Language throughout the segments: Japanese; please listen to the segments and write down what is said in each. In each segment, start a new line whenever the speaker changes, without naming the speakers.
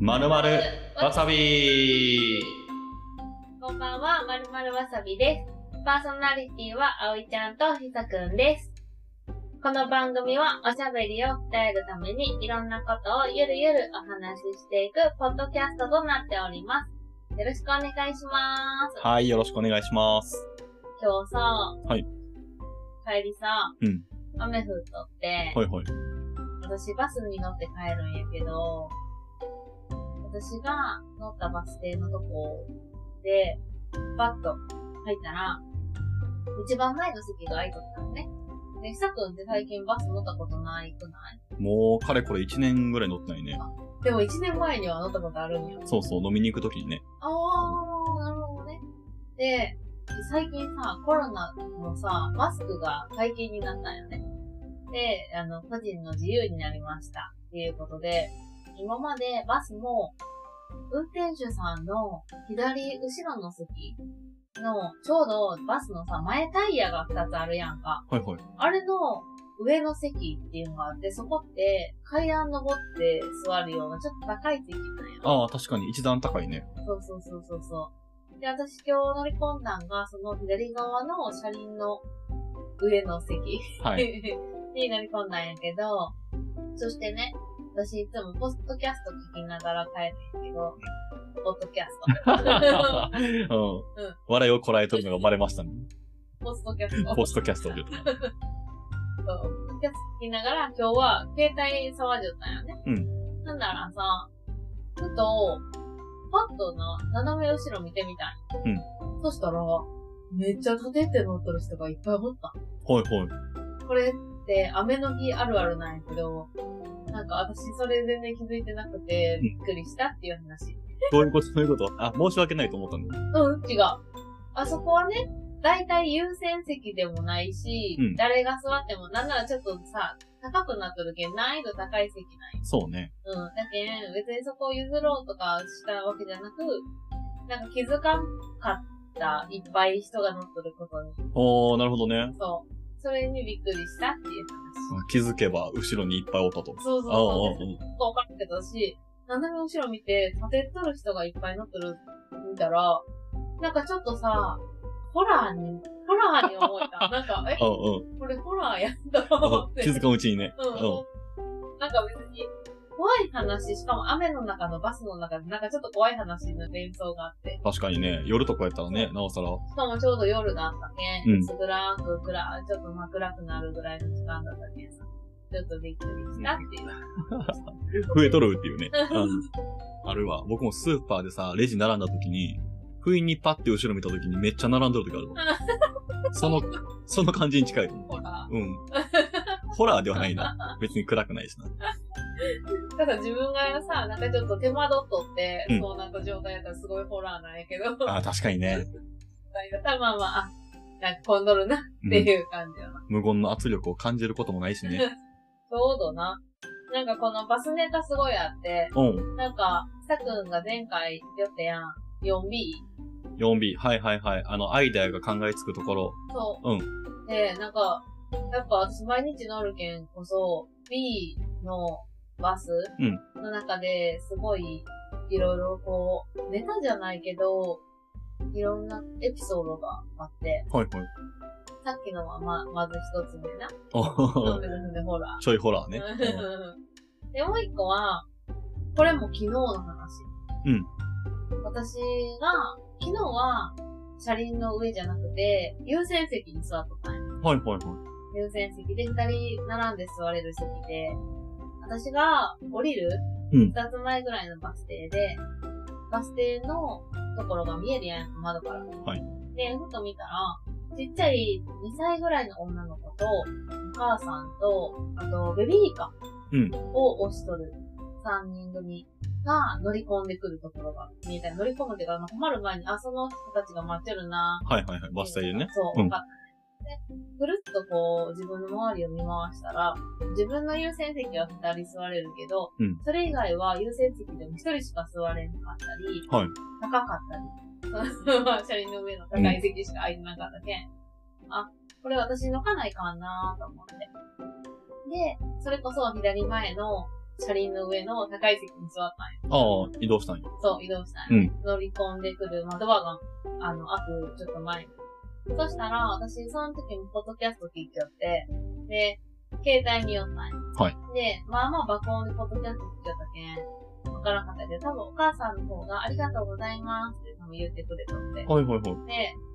まるまるわさび
こんばんは、まるまるわさびです。パーソナリティはあおいちゃんとひさくんです。この番組はおしゃべりを鍛えるためにいろんなことをゆるゆるお話ししていくポッドキャストとなっております。よろしくお願いします。
はい、よろしくお願いします。
今日さ、
はい
帰りさ、
うん
雨降っとって、
はいはい。
私バスに乗って帰るんやけど、私が乗ったバス停のとこで、バッと入ったら、一番前の席が空いとったのね。で、久くんって最近バス乗ったことないくない
もう、かれこれ1年ぐらい乗ってないね。
でも一年前には乗ったことあるんや。
そうそう、飲みに行くときにね。
あー、なるほどね。で、最近さ、コロナのさ、マスクが解禁になったんよね。で、あの、個人の自由になりました。っていうことで、今までバスも、運転手さんの左後ろの席の、ちょうどバスのさ、前タイヤが2つあるやんか。
はいはい。
あれの上の席っていうのがあって、そこって階段登って座るようなちょっと高い席なんや。
ああ、確かに一段高いね。
そうそうそうそうそう。で、私今日乗り込んだんが、その左側の車輪の上の席、
はい。
に乗り込んだんやけど、そしてね、私いつもポッドキャスト聞きながら帰るんやけど、ポッドキャスト。
うん。笑いをこらえとるのが生まれましたね。
ポッドキャスト。
ポストキャストを言うと。
そうポッドキャスト聞きながら今日は携帯触っちゃったんやね。
う
なんだらさ、ふと、パッとな、斜め後ろ見てみたい。うん。そしたら、めっちゃ縦って乗ってる人がいっぱいおった。
はいはい。
これって、雨の日あるあるなんやけど、なんか私それ全然気づいてなくて、
うん
びっくりしたっていう話。
どういうことどういうことあ、申し訳ないと思ったんだ。
うん、違う。あそこはね、だいたい優先席でもないし、
うん
誰が座っても、なんならちょっとさ、高くなっとるけん、難易度高い席なんよ。
そうね。
うん。だけん、別にそこを譲ろうとかしたわけじゃなく、なんか気づかんかった、いっぱい人が乗っとることに。
おー、なるほどね。
そう。それにびっくりしたっていう話。
気づけば後ろにいっぱいおったと。
そうそう
ああ、ああ
そう。構分かってたし、斜め後ろ見て、立てとる人がいっぱい乗ってる、見たら、なんかちょっとさ、ホラーに、ホラーに思え た。なんか、え、
ああ、うん うん
これホラーやんだ
あ
ろうって。
気づかんうちにね。
うんうん。なんか別に、怖い話、しかも雨の中のバスの中で、なんかちょっと怖い話の連想があって。
確かにね、夜とかやったらね、なおさら。
しかもちょうど夜だったけ
うん
ん、薄暗く暗い、ちょっと真暗くなるぐらいの時間だったけんさ、ちょっとびっくりしたっていう。
増えとるっていうね。うん。あるわ。僕もスーパーでさ、レジ並んだ時に、不意にパッて後ろ見た時にめっちゃ並んどる時あるわ。その、その感じに近い。
ホラ
うん。ホラーではないな。別に暗くないしな。
ー。ただ自分がさ、なんかちょっと手間取っとって、
うん
そうなった状態だったらすごいホラーなんやけど、
ああ、確かにね。
まあまあ、あなんかこんどるな
う
って
ん
いう感じだな。
無言の圧力を感じることもないしね。
ちょうどな。なんかこのバスネタすごいあって、
うん。
なんか、さくんが前回言ったやん。4B?
4B。はいはいはい。あの、アイデアが考えつくところ。
そう。
う
で、なんか、やっぱ私毎日乗るけんこそ、B のバス
うん
の中ですごい、いろいろこう、ネタじゃないけど、いろんなエピソードがあって、
はいはい。
さっきのはま、まず一つ目な。
お
ほら。
ちょいホ ラーね。
で、もう一個は、これも昨日の話。
うん。
私が、昨日は、車輪の上じゃなくて、優先席に座っとったんや。
うんはいはいはい。
優先席で二人並んで座れる席で、私が降りる
うん
二つ前ぐらいのバス停で、バス停のところが見えるやん、窓から。
はい
で、ふと見たら、ちっちゃい2歳ぐらいの女の子と、お母さんと、あと、ベビーカ
うん
ーを押しとる三人組が乗り込んでくるところが見えたり、乗り込むっていうか、まあ困る前に、あ、その人たちが待ってるな
はいはい はい。バス停でね。。
そう、
うん
分かったで、ぐるっとこう、自分の周りを見回したら、自分の優先席は二人座れるけど、
うん
それ以外は優先席でも一人しか座れなかったり、
はい
高かったり、そのまあ車輪の上の高い席しか空いてなかったけん、あ、これ私乗かないかなと思って。で、それこそ左前の車輪の上の高い席に座ったんよ。
ああ、移動したんや。
そう、移動したんよ。
うん
乗り込んでくる、まあ、ドアが、あの、開くちょっと前に。そしたら、私、その時もポッドキャスト聞いちゃって、で、携帯見よったんよ。
はい
で、まあまあ爆音でポッドキャスト聞いちゃったけん、わからんかったけど、多分お母さんの方がありがとうございますって多分言ってくれとって。
はいはいはい。
で、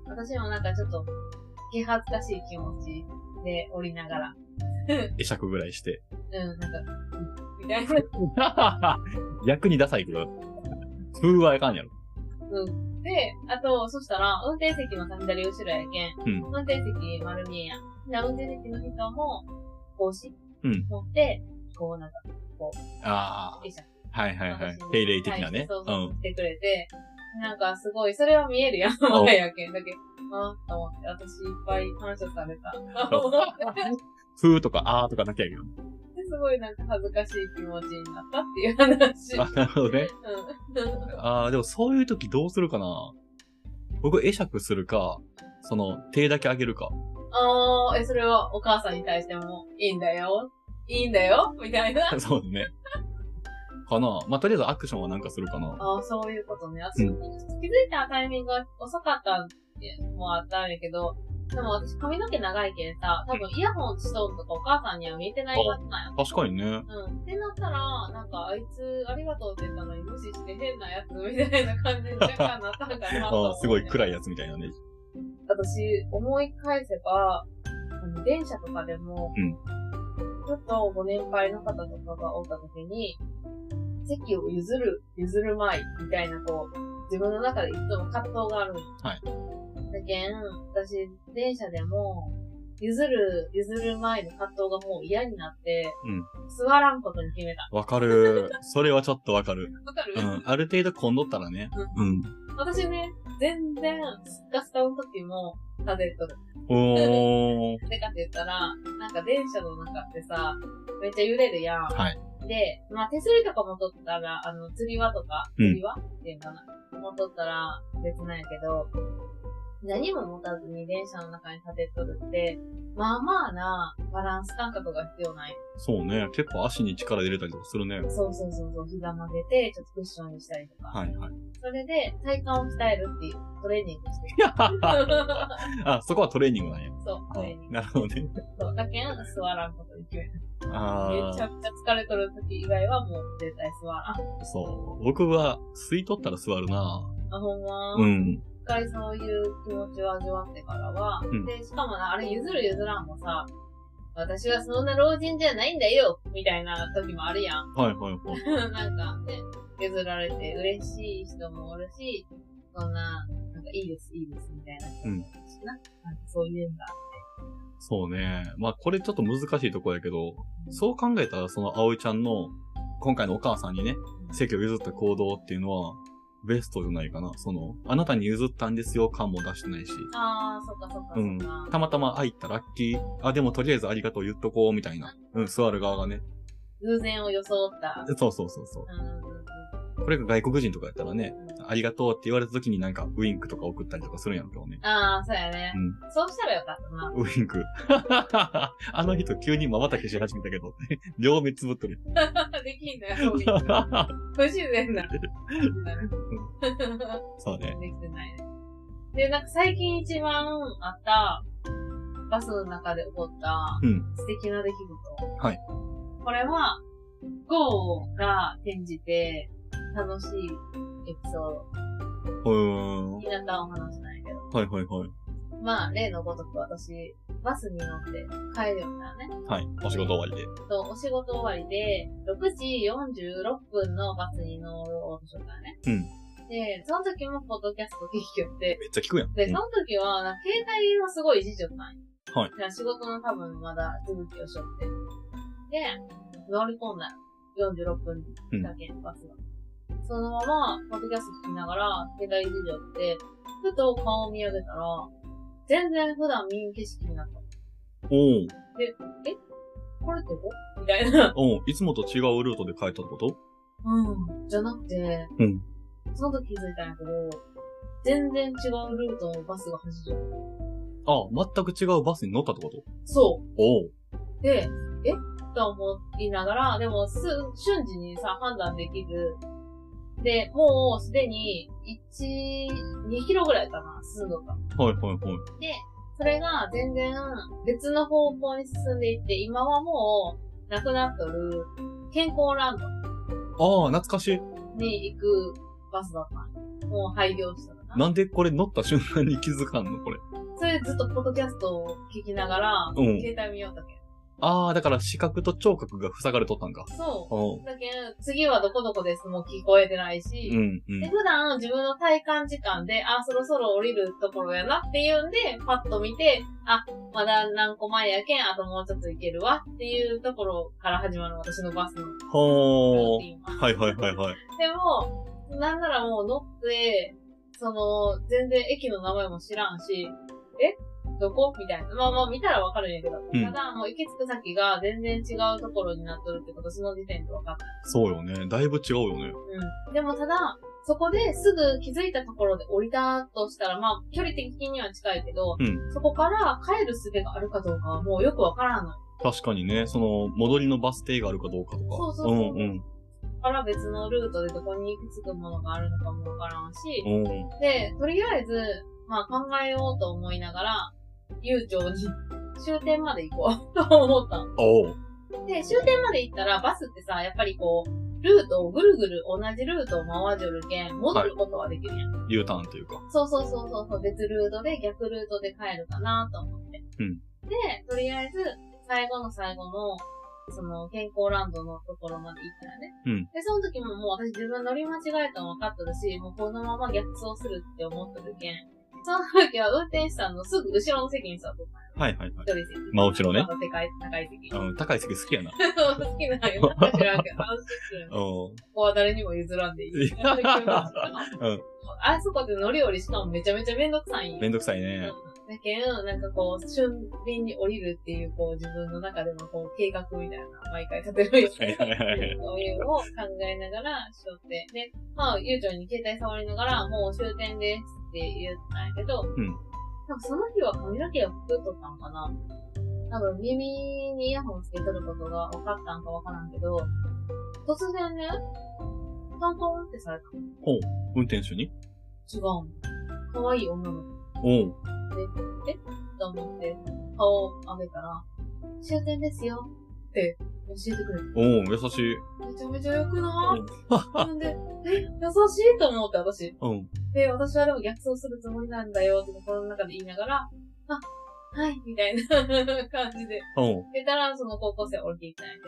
私もなんかちょっと、気恥ずかしい気持ちでおりながら、
会釈ぐらいして。
うん、なんか、うんみたいな。
逆にダサいけど。風はあかんやろ。
で、あと、そしたら、運転席の左後ろやけん、
うん
運転席丸見えや。で、運転席の人も、帽子
うん
持って、こうなんか、
あ
会釈
あ。はいはいはい
私に。
定例的な
は
ね
い。そう
う
そう、
ん。
してくれて、なんかすごい、それは見えるやん、
お
前 やけん。だけど、あーと思って、私いっぱい感謝された。と 思って
風とかあーとかなきゃいけど。
すごいなんか恥ずかしい気持ちになったっていう話。
あ、なるほどね。
うん。
ああ、でもそういう時どうするかな。僕、会釈するか、その、手だけ上げ るか。
あー、え、それはお母さんに対しても、いいんだよ。いいんだよみたいな。
そうね。かな。まあ、とりあえずアクションはなんかするかな。
ああ、そういうことね。私、
う
気づいたタイミングが遅かったってもあったんやけど、でも私髪の毛長いけんさ、多分イヤホンしとんとかお母さんには見えてないはずなんや。
確かにね。
うん。ってなったら、なんか、あいつ、ありがとうって言ったのに無視して変なやつみたいな感じに若干なったんかなと思
あ
っ
ー
て。
すごい
い。
暗いやつみたいなね。
私、思い返せば、あの電車とかでも、
うん
ちょっとご年配の方とかがおった時に、席を譲る、譲るまい、みたいな、こう、自分の中でいつも葛藤があるんよ
はい
だけん、私、電車でも、譲る、譲る前の葛藤がもう嫌になって、
うん
座らんことに決めた。
わかる。それはちょっとわかる。
わかる、
うん。ある程度混んどったらね。うん。
私ね、全然、スッカスカの時も、風邪とる。
おー。
でかって言ったら、なんか電車の中ってさ、めっちゃ揺れるやん。
はい。
で、まあ手すりとかも取ったら、あの、釣り輪とか、
うん
釣り輪、っていうのかな。も取ったら別なんやけど、何も持たずに電車の中に立てとるって、まあまあなバランス感覚が必要ない。
そうね。結構足に力入れたりとかするね。
そうそうそうそう、膝曲げて、ちょっとクッションにしたりとか。
はい はい。
それで体幹を鍛えるっていうトレーニングしてる。
あ、そこはトレーニングなんや。
そう、
あ
トレーニング。
なるほどね。
そう、だけん座らんことに決めた。め
あ
ち
ー
ゃ。くちゃ疲れとる時以外はもう絶対座らん。
そう。僕は、吸い取ったら座るな。
あ、ほんま。
うん。
一回そういう気持ちを味わってからは、
ん
で、しかもな、あれ譲る譲らんもさ、私はそんな老人じゃないんだよみたいな時もあるやん。
はいはいはい。
なんかね、譲られて嬉しい人もおるし、そんな、なんかいいです、いいです、みたいな人もおるしな。なんかそういうんだ。
そうね。まあ、これちょっと難しいところやけど、そう考えたら、その葵ちゃんの、今回のお母さんにね、席を譲った行動っていうのは、ベストじゃないかな。その、あなたに譲ったんですよ感も出してないし、
あー、そっかそっかそっか。
うんたまたま会ったラッキー、あ、でもとりあえずありがとう言っとこう、みたいな。うん、座る側がね。
偶然を装った。
そうそうそうそう。
うんうんうんうん。
これが外国人とかやったらね、ありがとうって言われた時になんかウインクとか送ったりとかするんやろうけどね。
あー、そうやね。
うん。
そうしたらよかったな。
ウインク。あの人急に瞬きし始めたけど、両目つぶっとる。
できんのよ、みんな不自 然な。
そうね。
できてないね。で、なんか最近一番あった、バスの中で起こった
うん。
素敵な出来事。
はい。
これは、ゴーが転じて楽しいエピソ
うーん。
ードになったお話なんやけど。
はいはいはい。
まあ、例のごとく私、バスに乗って帰るようなね。
はい。お仕事終わりで。
と、お仕事終わりで、6時46分のバスに乗ろうとしたね。
うん。
で、その時もポッドキャスト聞きよって、
めっちゃ聞くやん。
で、
う
そ
ん
の時は、なんか携帯をすごいいじっちゃったんよ。
はい
だから仕事の多分まだ続きをしょって。で、乗り込んだよ。46分だけ、バスが。そのまま、ポッドキャスト聞きながら、携帯いじっちゃって、ふと顔を見上げたら、全然普段見ん景色になった。
おう
これってこみたいな。
おういつもと違うルートで帰ったってこと
うん。じゃなくて、
うん
その時気づいたんやけど、全然違うルートのバスが走る。
ああ、全く違うバスに乗ったってこと
そう。
おう
で、えと思いながら、でもす、瞬時にさ、判断できず、で、もうすでに、1、2キロぐらいかな、進んどった。
はいはいはい。
で、それが全然別の方向に進んでいって、今はもう、なくなっとる、健康ランド
ああ、懐かしい。
に行くバスだった。もう廃業したかな。
なんでこれ乗った瞬間に気づかんのこれ。
それでずっとポッドキャストを聞きながら、
うん
携帯見ようだけ。
ああ、だから視覚と聴覚が塞がれとったんか。
そう。
う
だけど、次はどこどこですも聞こえてないし、
ん。うん、う
で
ん。
普段自分の体感時間で、あ、そろそろ降りるところやなっていうんで、パッと見て、あ、まだ何個前やけん、あともうちょっと行けるわっていうところから始まる私のバスのル
ほ
ー
ー。
ティンは。
はいはいはいはい。
でも、なんならもう乗って、その、全然駅の名前も知らんし、えどこみたいな。まあまあ見たらわかるんやけど。
うん
ただ、もう行き着く先が全然違うところになっとるってこと、その時点で分かった。
そうよね。だいぶ違うよね。
うん。でもただ、そこですぐ気づいたところで降りたとしたら、まあ、距離的には近いけど、
うん。
そこから帰る術があるかどうかはもうよくわからんのよ。
確かにね、その、戻りのバス停があるかどうかとか。
そうそうそう
うん
だから別のルートでどこに行き着くものがあるのかもわからんし、
うん。うん。
で、とりあえず、まあ考えようと思いながら、悠長に終点まで行こうと思ったの。
おう。
で、終点まで行ったらバスってさ、やっぱりこう、ルートをぐるぐる同じルートを回じょるけん、戻ることはできるやん。
U ターンというか。
そうそうそうそうそう、別ルートで逆ルートで帰るかなと思って。
うん
で、とりあえず、最後の最後の、その、健康ランドのところまで行ったらね。
うん
で、その時ももう私自分乗り間違えたの分かってるし、もうこのまま逆走するって思ってるけん。その時は運転手さんのすぐ後ろの席に座ってた
はいはいはい。
の一人席。
真後ろね
あ。とでかい、高い席。
うん、高い席好きやな。
好きなんよ。知らんけど、安心する。こ
うん。
こは誰にも譲らんでいい。
うん。
あそこで乗り降りしかもめちゃめちゃめんどくさいんよ
めんどくさいね。
だけど、なんかこう、俊敏に降りるっていう、こう、自分の中でのこう、計画みたいな、毎回立てるよう
はいはいはいはい
に、そういうのを考えながら、しょって。で、まあ、ゆうちょに携帯触りながら、もう終点ですって言ったんやけど、
ん
多分その日は髪の毛を作っとったんかな。多分耳にイヤホンつけとることが分かったんか分からんけど、突然ね、トントンってされた。
運転手に
違うの。可愛い女の子。
おう。
と思って、顔を上げたら、終点ですよって教えてくれて、
おう、優しい。
めちゃめちゃ良くな
う
いなんで、え、優しいと思って私。
うん。
で、私はでも逆走するつもりなんだよって心の中で言いながら、あ、はい、みたいな感じで。
おう。
でたら、その高校生降りていったんやけ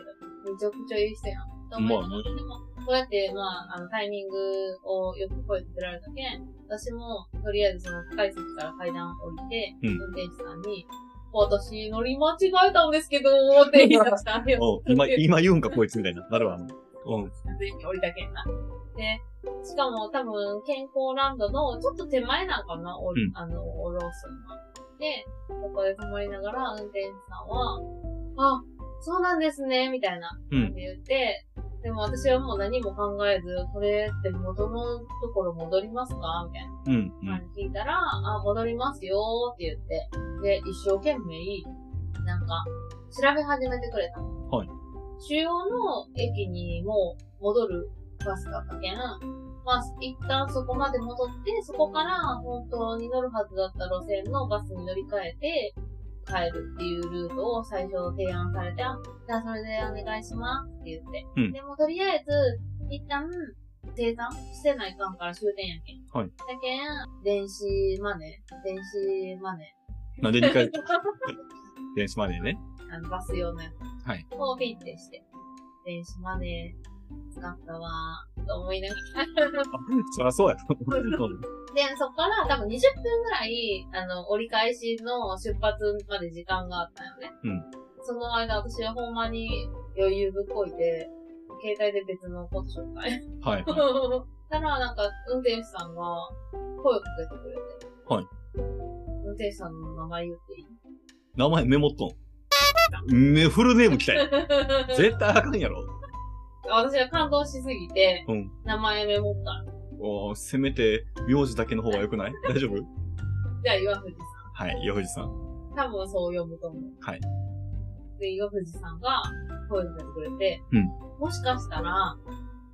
ど、めちゃくちゃいい人やん。と思いながら
まあ
でも、こうやって、まあ、あの、タイミングをよく声かけられたけん、私も、とりあえずその高い席から階段降りて、
うん
運転手さんに、私乗り間違えたんですけどーって言い出したんよ。
おう。今、今言うんか、こいつみたいな。なるわ。うん。
完全に降りたけんな。で、しかも多分、健康ランドのちょっと手前なんかな、お
うん
あの、おろすのは。で、そこで止まりながら、運転手さんは、あ、そうなんですね、みたいな、
うん
って言って、でも私はもう何も考えず、これって元のところ戻りますかみたいな
うん。う
感
ん。
じ聞いたら、あ、戻りますよって言って、で、一生懸命、なんか、調べ始めてくれた。
はい。
主要の駅にも戻るバスだったけん、まあ、一旦そこまで戻って、そこから本当に乗るはずだった路線のバスに乗り換えて、帰るっていうルートを最初提案されて、あじゃあそれでお願いしますって言って。
うん
でもとりあえず、一旦、生産してないかんから終点やけん。
はい
だけん、電子マネー、電子マネ
なんで2回、
ー。
電子マネーね。
あの、バス用のやつ。
はい。
をピッてして、電子マネー使ったわー、と思いながら。
そりゃそうや。
で、そこから多分20分ぐらい、あの、折り返しの出発まで時間があったよね。
うん。
その間、私はほんまに余裕ぶっこいて、携帯で別のこと紹介
はいはい。
たら、なんか、運転手さんが、声をかけてくれて。
はい。
運転手さんの名前言っていい
名前メモっとん。め、フルネーム来たよ。絶対あかんやろ。
私は感動しすぎて、
うん
名前メモった。
おーせめて、名字だけの方が良くない大丈夫
じゃあ、岩藤さ
はい、岩藤さん。
ん。多分そう読むと思う。
はい。
で、岩藤さんが声をかけてくれて、
うん
もしかしたら、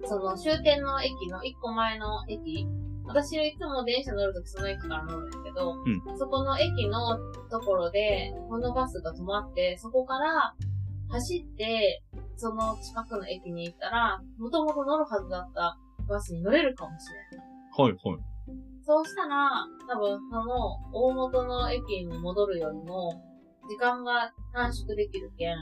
その終点の駅の一個前の駅、私はいつも電車乗るときその駅から乗るんだけど、
う
そこの駅のところで、このバスが止まって、そこから走って、その近くの駅に行ったら、もともと乗るはずだったバスに乗れるかもしれない。
はいはい。
そうしたら、多分その大元の駅に戻るよりも、時間が短縮できるけん、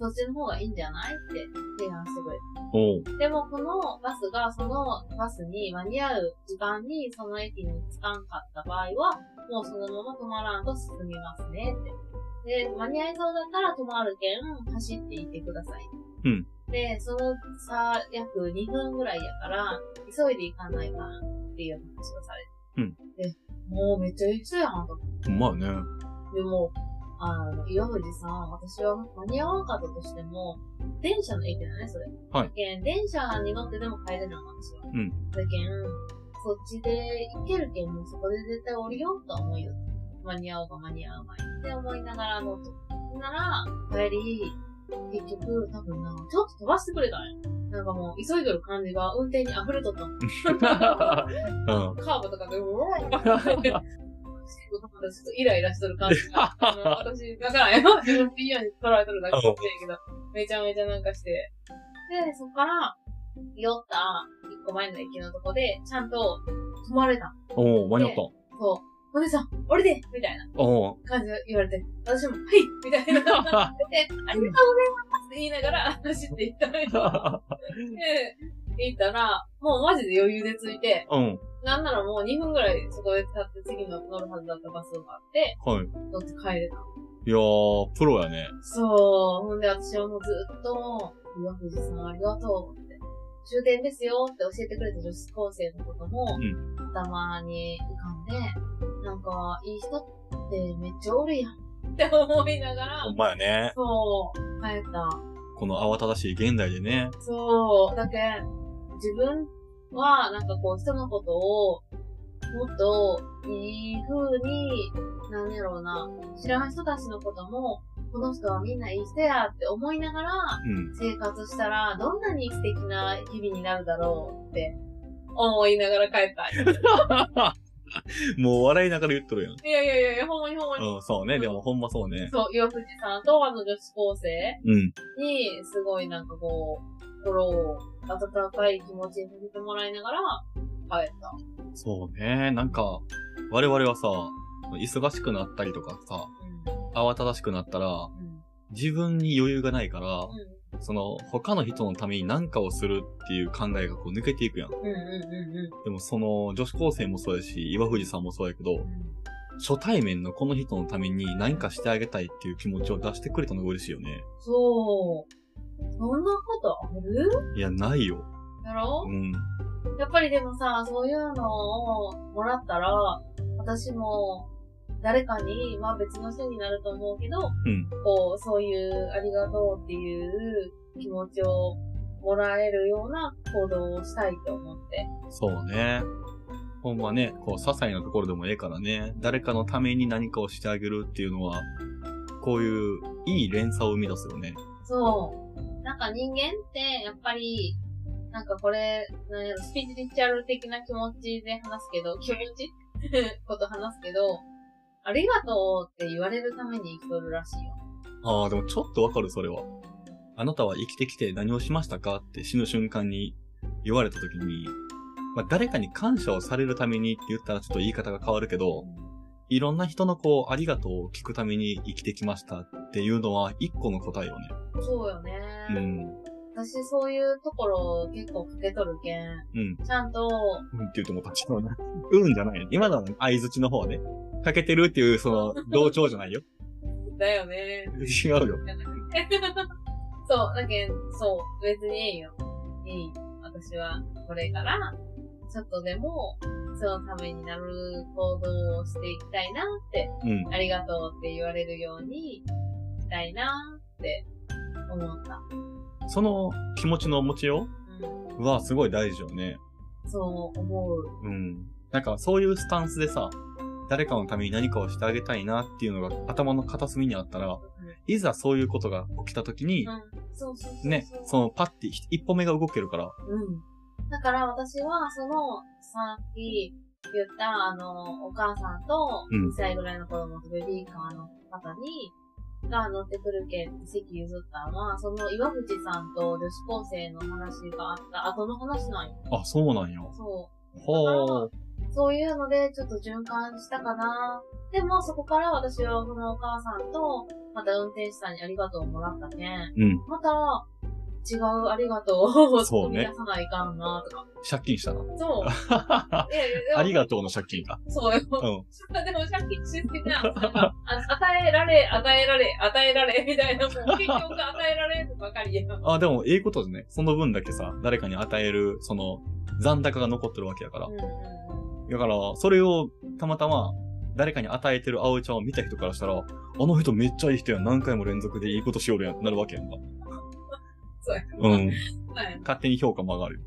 そっちの方がいいんじゃないって提案してくれ
おう。
た。でもこのバスがそのバスに間に合う時間にその駅に着かんかった場合は、もうそのまま止まらんと進みますねって。で、間に合いそうだったら止まるけん、走っていってください。
うん
で、その差約2分ぐらいやから、急いで行かないかなっていう話をされて。
うん
で、もうめっちゃ一緒やんと思って。
ほんまあね。
でも、あの、岩藤さん、私は間に合わんかったとしても、電車の駅だね、それ。
はい
けん電車に乗ってでも帰れないんですよ。
うん。
だけん、そっちで行けるけん、もうそこで絶対降りようとは思うよ。間に合おうか間に合うまいって思いながら乗って。なら、帰り、結局、多分な、ちょっと飛ばしてくれたね。なんかもう、急いでる感じが運転に溢れとったもん。
うん。
カーブとかで、うわーって。ちょっとイライラしとる感じが。あの私、だからやろ自分 p アに取られとるだけなんやけど、めちゃめちゃなんかして。で、そっから、酔った一個前の駅のとこで、ちゃんと止まれた。
おう、間に合った。
そう。お姉さん、俺でみたいな
おう。
感じで言われて、私も、はいみたいな感じで、ありがとうございますって言いながら走っていったのよで、行ったら、もうマジで余裕でついて、
うん。
なんならもう2分ぐらいそこで立って次の乗るはずだったバスがあって、
はい。
乗って帰れた。
いやー、プロやね。
そう。ほんで私はもうずっと、岩藤さんありがとうって。終点ですよって教えてくれた女子高生のことも、
う
頭に浮かんで、なんか、いい人ってめっちゃおるやんって思いながら
ほ、んまやね。
そう、帰った。
この慌ただしい現代でね。
そう。だけん自分は、なんかこう、人のことを、もっと、いい風に、なんやろうな、知らん人たちのことも、この人はみんないい人やって思いながら、
うん。
生活したら、どんなに素敵な日々になるだろうって、思いながら帰った。い
もう笑いながら言っとるやん。
やいやいやいや、ほんまにほんまに。
うん、そうね。でもほんまそうね。
そう、岩藤さんと、あの女子高生
うん。
に、すごいなんかこう、心を温かい気持ちにさせてもらいながら、帰った。
そうね。なんか、我々はさ、忙しくなったりとかさ、慌ただしくなったら、
うん。うん。
自分に余裕がないから、
うん。
その、他の人のために何かをするっていう考えがこう抜けていくやん。
うんうんう
でもその、女子高生もそうやし、岩藤さんもそうやけど
んう、ん。
初対面のこの人のために何かしてあげたいっていう気持ちを出してくれたのが嬉しいよね。
そう。そんなことある
いや、ないよ。
やろ
うん。
やっぱりでもさ、そういうのをもらったら、私も、誰かに、まあ別の人になると思うけど、
うん。
こう、そういうありがとうっていう気持ちをもらえるような行動をしたいと思って。
そうね。ほんまね、こう、些細なところでもええからね、誰かのために何かをしてあげるっていうのは、こういういい連鎖を生み出すよね。
そう。なんか人間って、やっぱり、なんかこれ、なんやろスピリチュアル的な気持ちで話すけど、気持ち こと話すけど、ありがとうって言われるために生きとるらしいよ。
ああ、でもちょっとわかる、それは。あなたは生きてきて何をしましたかって死ぬ瞬間に言われた時に、まあ、誰かに感謝をされるためにって言ったらちょっと言い方が変わるけど、いろんな人のこう、ありがとうを聞くために生きてきましたっていうのは一個の答えよね。
そうよね。
うん。
私そういうところ結構かけとるけん、
うん。
ちゃんと、
うんって言うともう立ち直るな。うんじゃないよ。 今のは相づちの方はね。かけてるっていう、その、同調じゃないよ。
だよね。
違うよ。
そう、だけん、そう、別にいいよ。いい。私は、これから、ちょっとでも、そのためになる行動をしていきたいなって、
うん。
ありがとうって言われるように、したいなって思った。
その気持ちの持ちよ
う
うはすごい大事よね。
ん。そう思う。
うん。なんかそういうスタンスでさ、誰かのために何かをしてあげたいなっていうのが頭の片隅にあったら、
う
いざそういうことが起きた時に
ん。、そうそうそうそう。
ね、そのパッて一歩目が動けるから、
うん。だから私は、その、さっき言った、あの、お母さんと、
うん
2歳ぐらいの子供とベビーカーの方に、が乗ってくるけん、席譲ったのは、その岩渕さんと女子高生の話があった後の話なんよ。
あ、そうなんや。
そ
はあ。
う。そういうので、ちょっと循環したかな。でも、そこから私はこのお母さんと、また運転手さんにありがとうをもらったけん、
うん。
また、違うありがとうを
そうね
作り出さないかんな、とか。
借金したな。
そう。
あ
いやいやでも
りがとうの借金か。
そう
う
よ。
ん。
でも借金しすぎな。なんかあ与えられ、与えられ、与えられ、みたいな。もう結局与えられんのばかりや。
あ、でも、ええことでね、その分だけさ、誰かに与える、その、残高が残ってるわけやから
うん。うん
だから、それを、たまたま、誰かに与えてる葵ちゃんを見た人からしたら、あの人めっちゃいい人やん。何回も連続でいいことしよるやん。なるわけやんか。
そうや
うん。
うん。はい。
勝手に評価も上がるよ。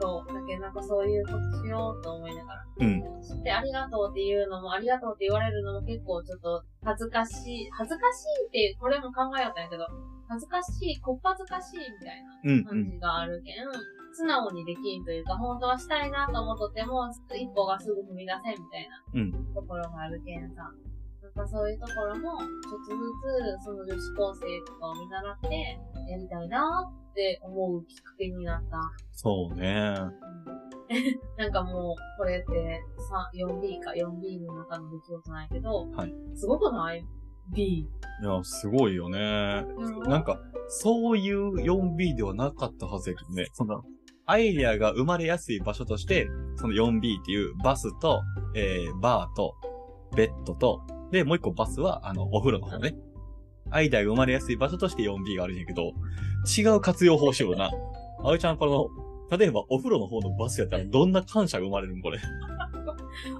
そう。だけどなんかそういうことしようと思いながら。
うん。
そしてありがとうっていうのも、ありがとうって言われるのも結構ちょっと恥ずかしい。恥ずかしいって、これも考えよったんやけど、恥ずかしい、こっぱずかしいみたいな。
うん、うん。
感じがあるけん、素直にできんというか、本当はしたいなと思っとっても、一歩がすぐ踏み出せんみたいな
うん
ところがあるけんさ。なんかそういうところも、ちょっとずつ、その女子高生とかを見習って、やりたいなって思うきっかけになった。
そうね。
うん なんかもう、これってさ 4B か 4B の中の出来事ないけど、
はい
すごくない ?B。
いや、すごいよね。なんか、そういう 4B ではなかったはずやけどね。その、アイデアが生まれやすい場所として、その 4B っていうバスと、えー、バーと、ベッドと、で、もう一個バスは、あの、お風呂の方ね。アイデアが生まれやすい場所として 4B があるんやけど、違う活用法しような。あゆちゃん、この、例えばお風呂の方のバスやったらどんな感謝が生まれるんこれ。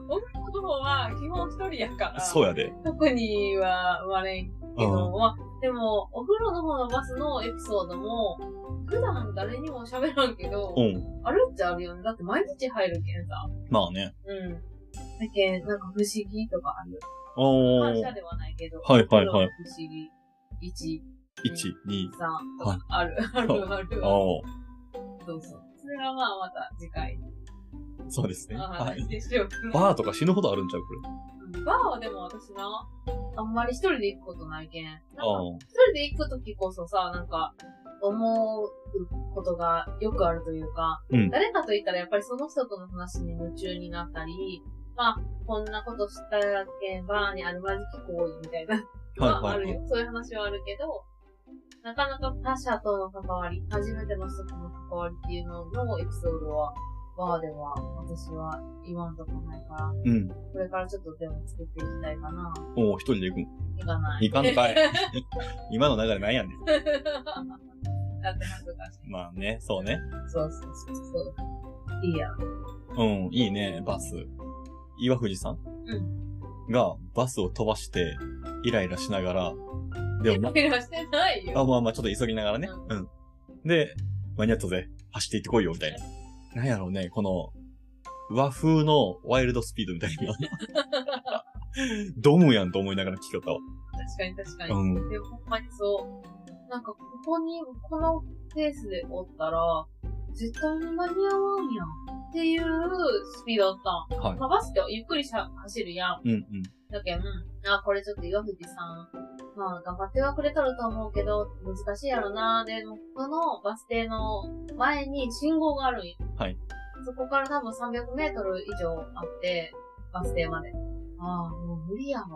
お風呂の方は基本一人やから。
そうやで。
特には生まれんけ
う
ど、
ん。
まあ、でも、お風呂の方のバスのエピソードも、普段誰にも喋らんけど、
うん。
あるっちゃあるよね。だって毎日入るけんさ。
まあね。
うん。だけんなんか不思議とかある。
お
感
ー。
謝ではないけど、
はいはいはい
お風呂の不思議。一、
1、2、
三とかある、あるある。
おー。
そうそう。それはまあまた次回
そうですね。
の
はい。
話でしようかな。
バーとか死ぬほどあるんちゃうこれ。
うんバーはでも私な、あんまり一人で行くことないけん。なんか
あ
一人で行くときこそさ、なんか、思うことがよくあるというか、
うん
誰かと言ったらやっぱりその人との話に夢中になったり、まあ、こんなことしたけん、バーにあるまじき行為みたいな、
はい
まあ
はい
あるよ。そういう話はあるけど、なかなか他者との関わり、初めての人との関わりっていうののエピソードは、バーでは私は今んとこないから、
あ。うん。
これからちょっとでも作っていきたいかな。
おう一人で行くん。
いかない。
行かんのか い。今の流れなんやねん。
だ って恥ずかしい。
まあね、そうね。
そうそうそうそう。いいや。
うん、いいね、バス。岩藤さんが、バスを飛ばして、イライラしながら、でも、
イライラしてないよ。
あ、まあまあ、ちょっと急ぎながらね。
う
うん。で、間に合ったぜ。走って行ってこいよ、みたいな。なんやろうね、この、和風のワイルドスピードみたい な。ドムやんと思いながら聞きよったわ。
確かに確かに。
うん。
でもほんまにそう。なんかここに、このペースでおったら、絶対に間に合わんやん。っていうスピードだったん。
はい
まあ、バスってゆっくりしゃ走るやん。
うんうん。
だけん、あ、これちょっと岩藤さん、まあ頑張ってはくれとると思うけど、難しいやろな。で、もうこのバス停の前に信号があるんよ。
はい。
そこから多分300メートル以上あって、バス停まで。ああ、もう無理やわ。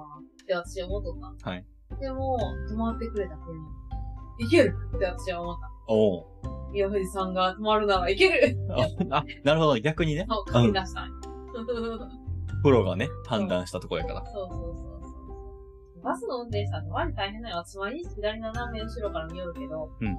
って私は思っとった。
はい。
でも、止まってくれたけん、いけるって私は思った。
おう。
岩藤さんが止まるならいける
あ、 あなるほど、逆にね。
と書き出したんよ
プロがね、判断したとこやから。
そうそうそうそう。バスの運転手さんってマジ大変だよ。私毎日左斜め後ろから見よるけど、
うん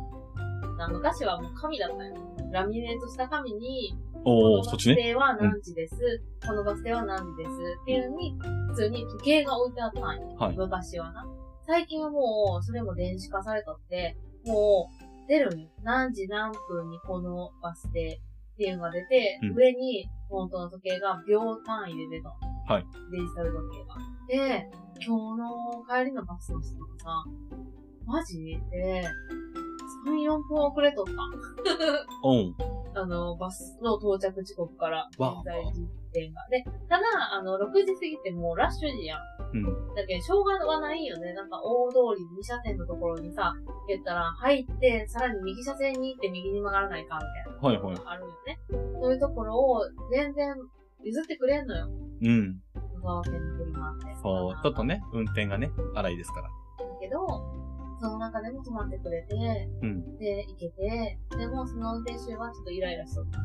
な昔はもう紙だったよ。ラミネートした紙に、
おお、
この
そっ
バス
ちね。
停は何時です、このバス停は何時ですっていうのに、普通に時計が置いてあったんよ。
はい。
昔はな。最近はもう、それも電子化されとって、もう、出るんよ。何時何分にこのバス停っていうのが出て、
うん
上に、本当の時計が秒単位で出たの。
はい
デジタル時計が。で、今日の帰りのバスの人がさ、マジで、3、4分遅れとった。
うん。
あの、バスの到着時刻から、
わあ
現在時点が。で、ただ、あの、6時過ぎてもうラッシュ時や
う
ん。
ん。
だけど、しょうがないよね。なんか、大通り2車線のところにさ、言ったら、入って、さらに右車線に行って右に曲がらないかんみたいな。
はいはい。
あるよね。そういうところを、全然、譲ってくれんのよ。
うん。
小川県の車って。
そう、ちょっとね、運転がね、荒いですから。
だけど、その中でも止まってくれて、
うん
で、行けて、でもその運転手はちょっとイライラしとった。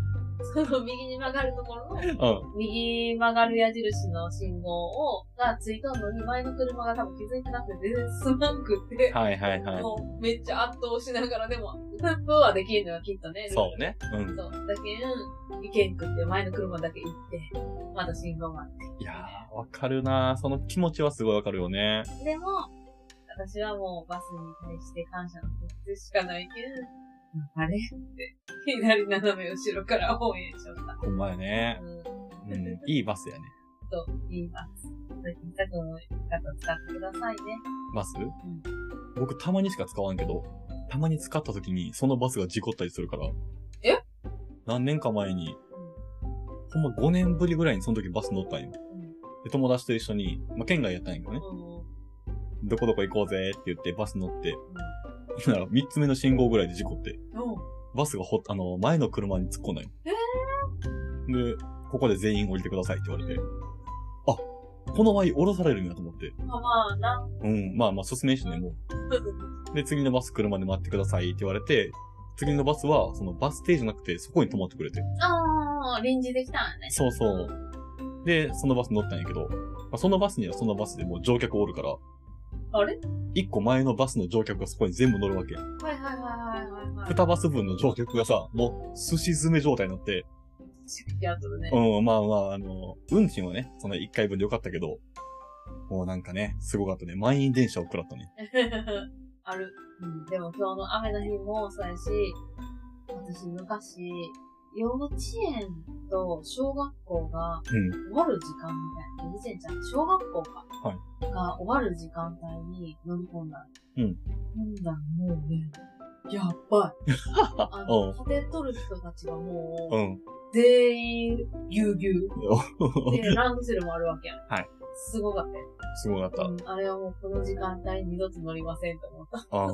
その右に曲がるところの、
う
右曲がる矢印の信号を、がついとんのに前の車が多分気づいてなくて、全然すまんくって
ん。、はいはいはい。
もうめっちゃ圧倒しながら、でも、フップはできるのはきっとね。
そうね。う
ルー
ん。
ルが。そう。だけん、行けんくって、前の車だけ行って、また信号が
いやー、わかるなーその気持ちはすごいわかるよね。
でも、私はもうバスに対して感謝の気持ちしかないけど、あれって、左斜め後ろから応援しちゃった。
ほんまやね。
うん。
うん。いいバスやね。
と言います。みたくんもよかったら使ってくださいね。
バス
ん
僕たまにしか使わんけど、たまに使った時にそのバスが事故ったりするから。
え
何年か前に、ほんま5年ぶりぐらいにその時バス乗ったんよ。で、友達と一緒に、まあ、県外やったんやけどね。
うん。うん。
どこどこ行こうぜって言ってバス乗って、 ほんなら3つ目の信号ぐらいで事故って、
うん。
バスがほ、あの、前の車に突っ込んだんよ。で、ここで全員降りてくださいって言われて、あ、この場合降ろされるんだと思って。
まあまあ、な。
うん、まあまあ、進めんしね、もう。で、次のバス車で待ってくださいって言われて、次のバスは、そのバス停じゃなくて、そこに止まってくれて。
ああ、臨時できたんやね。
そうそう。で、そのバス乗ったんやけど、まあ、そのバスにはそのバスでもう乗客おるから、
あれ
一個前のバスの乗客がそこに全部乗るわけ。
はいはいはいはいはい、 はい。
二バス分の乗客がさ、もう、寿司詰め状態になって、
しっきあとでね。
うん、まあまあ、あの、運賃はね、その一回分でよかったけど、もうなんかね、すごかったね。満員電車を食らったね。
ある。うん、でも今日の雨の日もそうやし、私昔、幼稚園と小学校が
うん。
終わる時間みたいな、幼稚園じゃん、小学校か。
はい
が終わる時間帯に乗り込んだ。
うん。
ほんだらもうね、やっば い。あ
う
の、
ん
立て取る人たちがもう、
うん。
全員、ぎゅ うぎゅう。で、ランドセルもあるわけやん。
はい。
すごかったよ。
すごかった。
うんあれはもうこの時間帯に二度と乗りませんと思った。
ああ。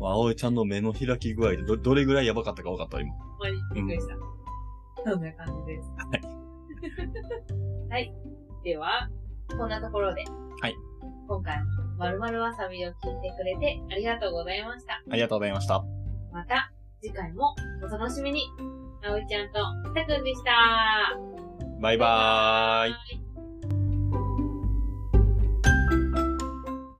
まあ、葵ちゃんの目の開き具合でど、どれぐらいやばかったか分かった、今。
ほんまにびっくりした。そんな感じです。 はい。では、こんなところで。
はい。
今回も、まるまるわさびを聞いてくれてありがとうございました。
ありがとうございました。
また、次回もお楽しみに。あおいちゃんと、たくんでした。
バイバーイ。
ーい。